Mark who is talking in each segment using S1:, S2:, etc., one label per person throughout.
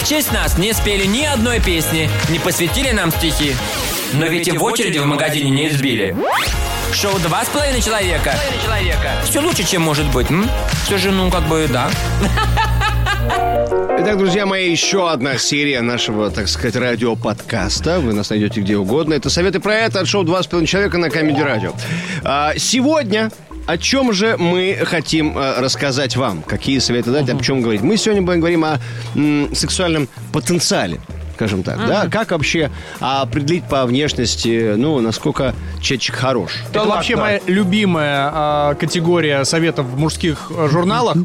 S1: В честь нас не спели ни одной песни, не посвятили нам стихи. Но ведь и в очереди в магазине не избили. Шоу «Два с половиной человека». Все лучше, чем может быть. М? Все же, ну, как бы, да.
S2: Итак, друзья мои, еще одна серия нашего, так сказать, радиоподкаста. Вы нас найдете где угодно. Это советы про это от шоу «Два с половиной человека» на Камеди Радио. А, сегодня о чем же мы хотим э, рассказать вам? Какие советы дать, о чем говорить? Мы сегодня будем говорим о м, сексуальном потенциале, скажем так, да? Как вообще а, определить по внешности, ну, насколько чечек хорош?
S3: Это вообще моя любимая а, категория советов в мужских а, журналах.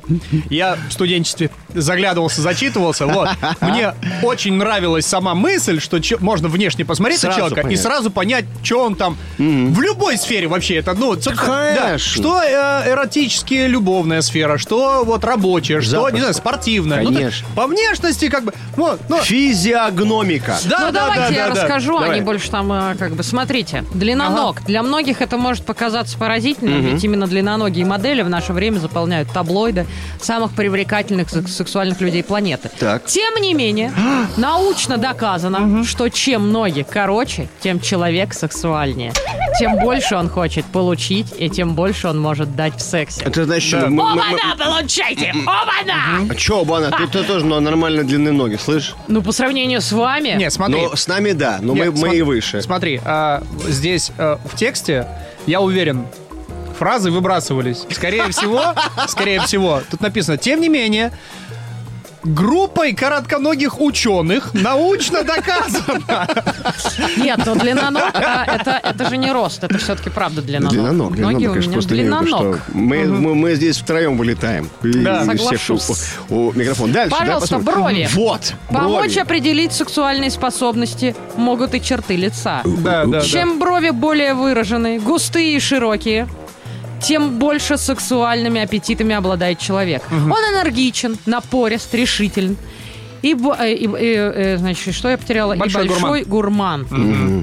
S3: Я в студенчестве заглядывался, зачитывался. Вот. Мне очень нравилась сама мысль, что че- можно внешне посмотреть на
S2: Сразу
S3: человека
S2: понять.
S3: и сразу понять, что он там. В любой сфере вообще это, ну, собственно, да,
S2: Конечно.
S3: что э, эротически любовная сфера, что вот рабочая, что,
S2: Запросто.
S3: не знаю, спортивная. Ну, так
S2: Конечно.
S3: по внешности как бы... Вот, ну,
S2: Физиогномика.
S3: да,
S4: ну,
S3: да, да,
S4: давайте я
S3: да, да.
S4: расскажу,
S2: Давай.
S4: они больше там, а, как бы, смотрите, длина
S3: Ага.
S4: ног. Для многих это может показаться поразительным, ведь именно длинноногие модели в наше время заполняют таблоиды самых привлекательных сек- сексуальных людей планеты.
S2: Так.
S4: Тем не менее, научно доказано, что чем ноги короче, тем человек сексуальнее. Тем больше он хочет получить, и тем больше он может дать в сексе.
S2: Это значит,
S3: Да.
S2: что мы- мы-
S4: Оба-на, получайте! Оба-на!
S2: А чё, Бана, тут ты тоже ну, нормально длинные ноги, слышь?
S4: Ну, по сравнению с вами...
S3: Не, смотри.
S2: Но с нами да, но
S3: Не,
S2: мы, мы
S3: смо-
S2: и выше.
S3: Смотри, а, здесь а, в тексте, я уверен, фразы выбрасывались. Скорее всего, скорее всего, тут написано, тем не менее, группой коротконогих ученых научно доказано.
S4: Нет, ну длина ног, а, это, это же не рост, это все-таки правда длина ног.
S2: Длинноног,
S4: Ноги
S2: длинноног,
S4: у
S2: конечно,
S4: меня
S2: просто не
S4: длина
S2: люблю,
S4: ног.
S2: что мы, мы, мы здесь втроем вылетаем. И-
S3: Да.
S2: и всех
S4: Соглашусь.
S2: у, у микрофона. Дальше, да,
S4: Пожалуйста,
S2: посмотрим.
S4: брови.
S2: Вот,
S4: Помочь
S2: брови.
S4: определить сексуальные способности могут и черты лица.
S3: Да, да, да.
S4: Чем брови более выражены, густые и широкие, тем больше сексуальными аппетитами обладает человек. Он энергичен, напорист, решителен. И, бо- э, и- э, э, значит, что я потеряла?
S3: Большой
S4: и большой гурман.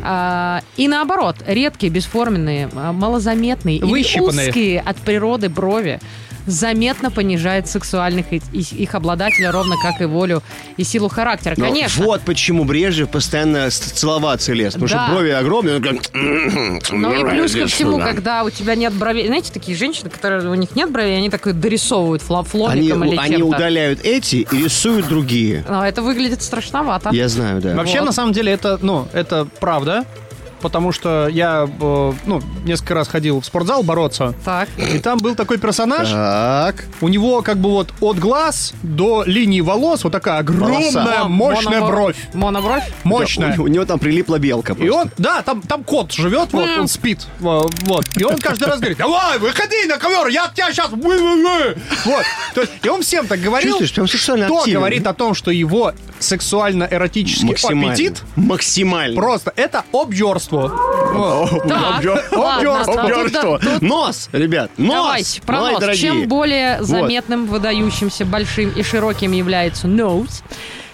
S4: А, и наоборот, редкие, бесформенные, а, малозаметные или
S3: Выщипанные.
S4: узкие от природы брови заметно понижает сексуальных и- и- их обладателя, ровно как и волю и силу характера.
S2: Но
S4: Конечно.
S2: Вот почему Брежнев постоянно с- целоваться лез. Потому
S4: Да.
S2: что брови огромные. он как,
S4: Ну и плюс ко
S2: нравится,
S4: всему,
S2: да.
S4: когда у тебя нет бровей. Знаете, такие женщины, которые у них нет бровей, они такой дорисовывают фла-
S2: Они,
S4: фломиком или
S2: они
S4: чем-то.
S2: удаляют эти и рисуют другие.
S4: А, это выглядит страшновато.
S2: Я знаю, да.
S3: Вообще,
S4: Вот.
S3: на самом деле, это, ну, это правда. Потому что я, э, ну, несколько раз ходил в спортзал бороться,
S4: Так.
S3: и там был такой персонаж,
S2: Так.
S3: У него как бы вот от глаз до линии волос вот такая огромная,
S2: Полоса.
S3: мощная
S4: Монобро-
S3: бровь.
S4: Монобровь?
S3: Мощная.
S2: Да, у, у него там прилипла белка
S3: И
S2: просто.
S3: он, да, там, там кот живет, вот, он спит, во- вот. И он каждый раз говорит, давай, выходи на ковер, я тебя сейчас... Вот. То есть, и он всем так говорил,
S2: Чувствуешь, прям сексуально
S3: что
S2: активен.
S3: говорит о том, что его сексуально-эротический
S2: Максимально.
S3: аппетит
S2: Максимально.
S3: просто это объерство.
S4: Так, ладно,
S2: Обдер-
S4: так,
S2: обдер
S4: тут А да-
S2: что?
S4: тут-
S2: Нос, ребят, нос.
S4: Давайте, про
S2: Давай,
S4: нос.
S2: дорогие.
S4: Чем более заметным, выдающимся, большим и широким является nose,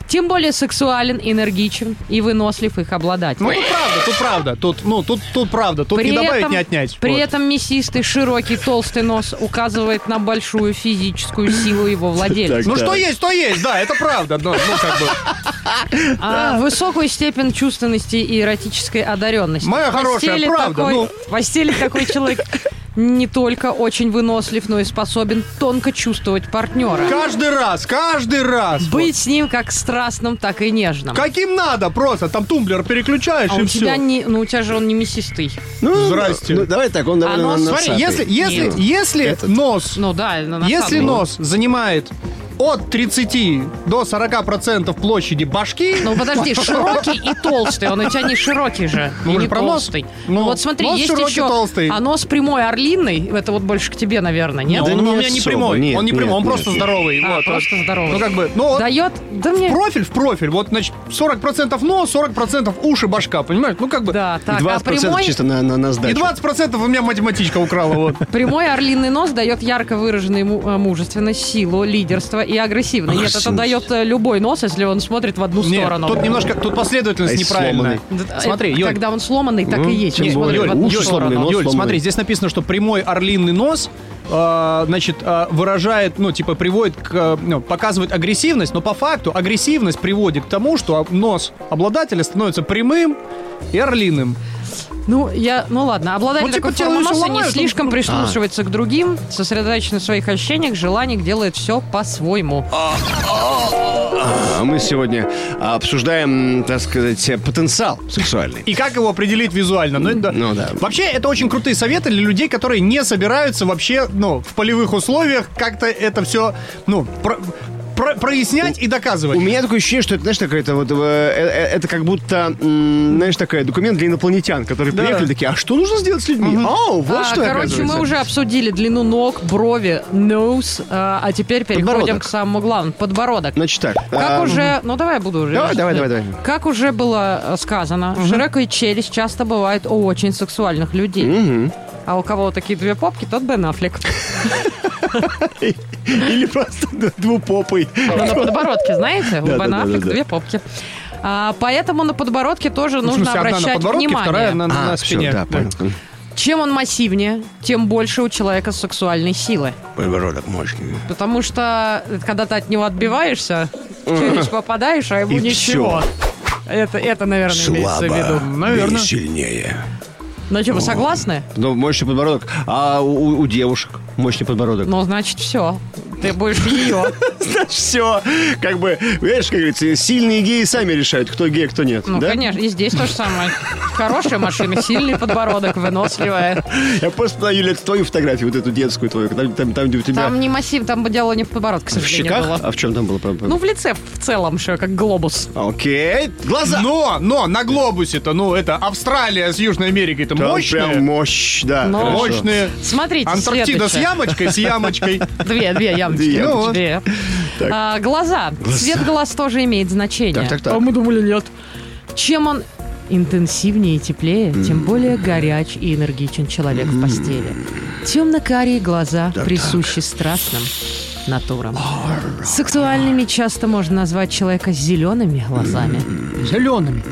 S4: тем более сексуален, энергичен и вынослив их обладатель.
S3: Ну, тут правда, тут правда, тут, ну, тут, тут правда, тут не добавить, не отнять.
S4: При
S3: Вот.
S4: этом мясистый, широкий, толстый нос указывает на большую физическую силу его владельца.
S3: Ну,
S2: Да.
S3: что есть, то есть, да, это правда, но, ну, как бы...
S4: А, высокую степень чувственности и эротической одаренности.
S3: Моя
S4: В
S3: хорошая,
S4: постели
S3: правда,
S4: такой-
S3: ну.
S4: В постели такой человек не только очень вынослив, но и способен тонко чувствовать партнера.
S3: Каждый раз, каждый раз.
S4: Быть с ним как страстным, так и нежным.
S3: Каким надо просто, там тумблер переключаешь
S4: А
S3: и
S4: у
S3: все.
S4: тебя не, ну у тебя же он не мясистый.
S2: Ну,
S3: Здрасте.
S2: ну, давай так, он довольно
S4: А нос,
S2: носатый.
S3: Смотри, если, если,
S2: Нет.
S3: если
S2: Этот.
S3: нос,
S4: Ну да, на на
S3: если
S4: самом деле.
S3: нос занимает от 30 до 40 процентов площади башки,
S4: Ну подожди, широкий и толстый. Он у тебя не широкий же.
S3: Ну,
S4: и
S3: мы же
S4: не
S3: про нос.
S4: толстый.
S3: Ну,
S4: вот смотри,
S3: нос
S4: есть
S3: широкий,
S4: еще.
S3: толстый.
S4: А нос прямой орлиный. Это вот больше к тебе, наверное, нет?
S3: он,
S2: Да
S3: он у
S2: не
S3: меня не
S2: особо,
S3: прямой,
S2: нет,
S3: он не
S2: нет,
S3: прямой, он
S2: нет,
S3: просто
S2: нет.
S3: здоровый.
S4: А,
S3: вот,
S4: просто
S3: вот.
S4: здоровый.
S3: Ну как бы, ну вот
S4: Дает. Да мне.
S3: профиль в профиль, вот значит 40 процентов нос, 40 процентов уши, башка, понимаешь? Ну как бы.
S4: Да, так.
S2: И 20%
S4: а прямой,
S2: чисто на, на, на
S3: И
S2: сдачу.
S3: 20 процентов у меня математичка украла вот.
S4: прямой орлиный нос дает ярко выраженную му- э, мужественность, силу, лидерство и агрессивность. Нет, это дает э, любой нос, если он смотрит в одну
S3: Нет,
S4: сторону.
S3: тут немножко, тут последовательность
S2: А если
S3: неправильная.
S4: Да, э,
S3: Смотри, Юль,
S4: Когда он сломанный, так и есть.
S2: тем
S4: он
S2: более.
S4: смотрит в
S2: Уши
S4: одну
S2: сломанные,
S4: сторону.
S2: нос
S3: Юль,
S2: сломанный.
S3: смотри, здесь написано, что прямой орлиный нос э, значит, э, выражает, ну, типа, приводит к, э, ну, показывает агрессивность, но по факту агрессивность приводит к тому, что нос обладателя становится прямым и орлиным.
S4: Ну, я, ну ладно, обладатель
S3: Ну, типа,
S4: такой формы
S3: делаешь
S4: носа не
S3: ломаешь, ну,
S4: слишком
S3: ну,
S4: прислушивается к другим, сосредоточен на своих ощущениях, желаниях, делает все по-своему.
S2: А мы сегодня а, обсуждаем, м, так сказать, э, потенциал сексуальный.
S3: И как его определить визуально? Ну, это-
S2: Ну да.
S3: Вообще, это очень крутые советы для людей, которые не собираются вообще, ну, в полевых условиях как-то это все, ну, про- про- прояснять и доказывать.
S2: У меня такое ощущение, что это, знаешь, такая это вот, э, э, это как будто, м, знаешь, такой документ для инопланетян, которые приехали такие, а что нужно сделать с людьми? Ау, вот
S4: А,
S2: что
S4: короче, мы
S2: оказывается.
S4: уже обсудили длину ног, брови, nose, а а теперь переходим
S2: Подбородок.
S4: к самому главному. Подбородок.
S2: Значит так.
S4: Как
S2: а,
S4: уже, ну давай я буду уже.
S2: Давай,
S4: решать.
S2: давай, давай, давай.
S4: Как уже было э, сказано, широкая челюсть часто бывает у очень сексуальных людей. А у кого такие две попки, тот Бен Аффлек.
S2: Или просто двупопой.
S4: Но Ну, на подбородке, знаете, у
S2: Да, да,
S4: Бен
S2: да,
S4: Аффлека
S2: да, Ну, да.
S4: две попки. А, поэтому на подбородке тоже
S3: В
S4: нужно
S3: смысле, одна на
S4: обращать
S3: подбородке,
S4: внимание.
S3: вторая на, на
S2: А, всё,
S3: спине.
S2: да, понял.
S4: Чем он массивнее, тем больше у человека сексуальной силы.
S2: Подбородок мощный.
S4: Потому что э, когда ты от него отбиваешься, челюсть попадаешь, а ему
S2: И
S4: ничего. Это, это, наверное, имеется в виду.
S3: Наверное.
S2: сильнее.
S4: Ну что, вы согласны?
S2: Ну, мощный подбородок. А у, у девушек мощный подбородок.
S4: Ну, значит, все. Ты будешь ее.
S2: Все, как бы, видишь, как говорится, сильные геи сами решают, кто гей, кто нет.
S4: Ну,
S2: да?
S4: конечно, и здесь то же самое. Хорошая машина, сильный подбородок, выносливая.
S2: Я просто на Юля, это твою фотографию, вот эту детскую твою, там, там, там, где у тебя
S4: Там не массив, там бы дело не в подбородке, к
S2: в
S4: сожалению,
S2: щеках.
S4: было.
S2: А в чем там было? проблема?
S4: Ну, в лице в целом, что как глобус.
S2: Окей, глаза.
S3: Но, но на глобусе-то, ну, это Австралия с Южной Америкой-то
S2: Там
S3: мощная.
S2: прям мощь, да.
S4: Но-
S2: хорошо.
S3: Мощные.
S4: Смотрите,
S3: Антарктида с
S4: следующее.
S3: ямочкой, с ямочкой.
S4: Две, две ямочки.
S2: Две
S4: Ну,
S2: ямочки.
S4: две. А, глаза. Цвет глаз тоже имеет значение.
S2: Так, так, так.
S4: А мы думали, нет. Чем он интенсивнее и теплее, тем более горяч и энергичен человек в постели. Темно-карие глаза присущи страстным натурам. Сексуальными часто можно назвать человека с зелеными глазами.
S3: Зелеными.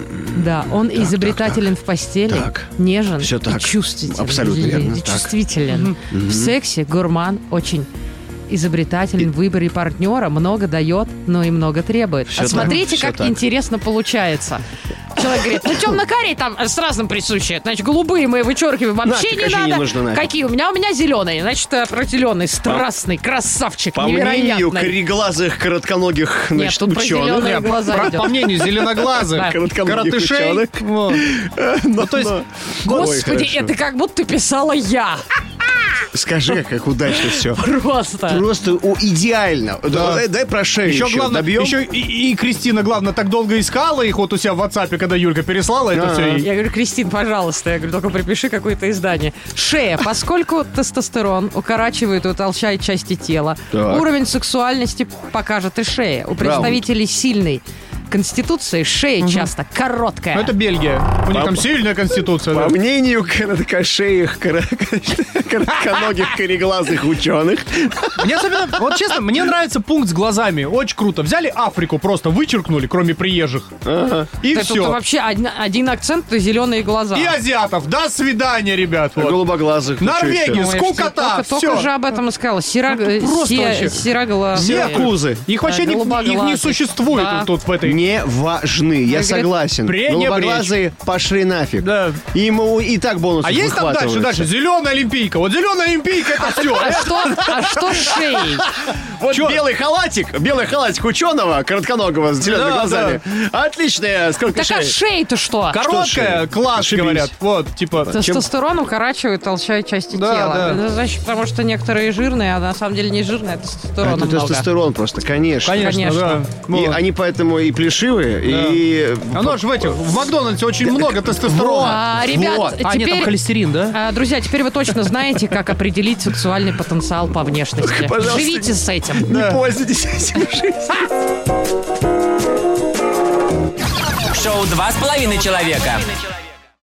S4: Да, он изобретателен в постели,
S2: Так.
S4: нежен
S2: Всё
S4: и
S2: так.
S4: чувствителен.
S2: Абсолютно
S4: И-
S2: верно,
S4: и
S2: так.
S4: чувствителен. В сексе гурман очень изобретателен в выборе партнера, много дает, но и много требует.
S2: Всё
S4: а
S2: так,
S4: смотрите,
S2: всё
S4: как
S2: так.
S4: интересно получается. Человек говорит, ну темно-карий там э, с разным присуще. Значит, голубые мы вычеркиваем вообще
S2: Нафиг,
S4: не
S2: вообще не
S4: надо.
S2: нужно нафиг.
S4: Какие у меня? У меня зеленые. Значит, определенный, страстный, красавчик,
S2: По мнению
S4: невероятный.
S2: кореглазых, коротконогих,
S4: Нет,
S2: значит,
S4: тут про
S2: ученых.
S4: зеленые глаза
S3: По
S4: идет.
S3: мнению зеленоглазых,
S4: Да.
S2: Коротконогих
S3: коротышей.
S2: учёных.
S3: Вот.
S2: Ну,
S3: то есть,
S2: ну,
S4: Господи,
S2: ой, хорошо.
S4: это как будто писала я.
S2: Скажи, как удачно все.
S4: Просто.
S2: Просто о, идеально. Дай, дай про шею еще,
S3: Еще главное,
S2: добьем.
S3: еще и, и Кристина, главное, так долго искала их вот у себя в WhatsApp, когда Юлька переслала это
S2: Да.
S3: все.
S4: Я говорю, Кристин, пожалуйста. Я говорю, только припиши какое-то издание. Шея. Поскольку тестостерон укорачивает и утолщает части тела,
S2: Так.
S4: уровень сексуальности покажет и шея. У представителей сильной конституции шея часто короткая.
S3: Ну, это Бельгия. У них там сильная конституция. да.
S2: По мнению короткошеих, коро- коротконогих, кореглазых ученых,
S3: Мне особенно, вот честно, мне нравится пункт с глазами. Очень круто. Взяли Африку, просто вычеркнули, кроме приезжих. И
S4: Да тут
S3: все.
S4: вообще один, один акцент и зеленые глаза.
S3: И азиатов. До свидания, ребят. вот.
S2: голубоглазых.
S3: Норвегия,
S4: Думаешь,
S3: скукота,
S4: ты Только, только же
S3: все.
S4: об этом и сказала. Сера...
S3: Ну, просто вообще.
S4: серагла...
S2: Все кузы.
S3: Их вообще не, их не
S4: голубоглазых.
S3: существует
S4: Да.
S3: вот тут в этой...
S2: Не важны, я
S4: говорит,
S2: согласен.
S3: пренебречь.
S2: Голубоглазые пошли нафиг.
S3: Да.
S2: Ему и так бонус
S3: А есть там дальше, дальше? Зеленая олимпийка. Вот зеленая олимпийка, это
S4: А
S3: все.
S4: что, а что с шеей?
S2: Вот
S3: Чё?
S2: белый халатик, белый халатик ученого, коротконогого, с зелеными
S3: Да,
S2: глазами. Отличная сколько
S4: Так а с шеей-то что?
S3: Короткая,
S2: шея?
S3: класс,
S2: Ошибись.
S3: говорят. Вот,
S2: А
S3: типа...
S4: Тестостерон укорачивает толщая части
S3: Да,
S4: тела.
S3: да.
S4: Это значит, потому что некоторые жирные, а на самом деле не жирные, а тестостерона
S2: Это
S4: много.
S2: тестостерон просто, конечно. И
S3: да.
S4: Конечно.
S3: Вот. А ну,
S2: они поэтому и плешивые, и...
S3: Оно же в этих, в Макдональдсе очень много тестостерона.
S4: А, ребят,
S2: Вот.
S4: теперь...
S3: холестерин, да?
S4: а, Друзья, теперь вы точно знаете, как определить сексуальный потенциал по внешности.
S2: Пожалуйста.
S4: Живите с этим.
S2: Не пользуйтесь этим
S1: Шоу «Два с половиной человека».